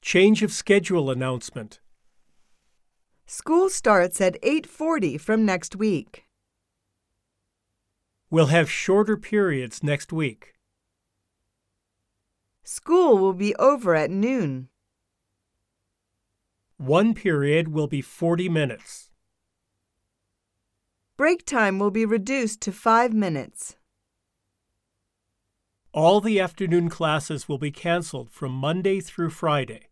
Change of schedule announcement. School starts at 8:40 from next week. We'll have shorter periods next week. School will be over at noon. One period will be 40 minutes. Break time will be reduced to 5 minutes. All the afternoon classes will be canceled from Monday through Friday.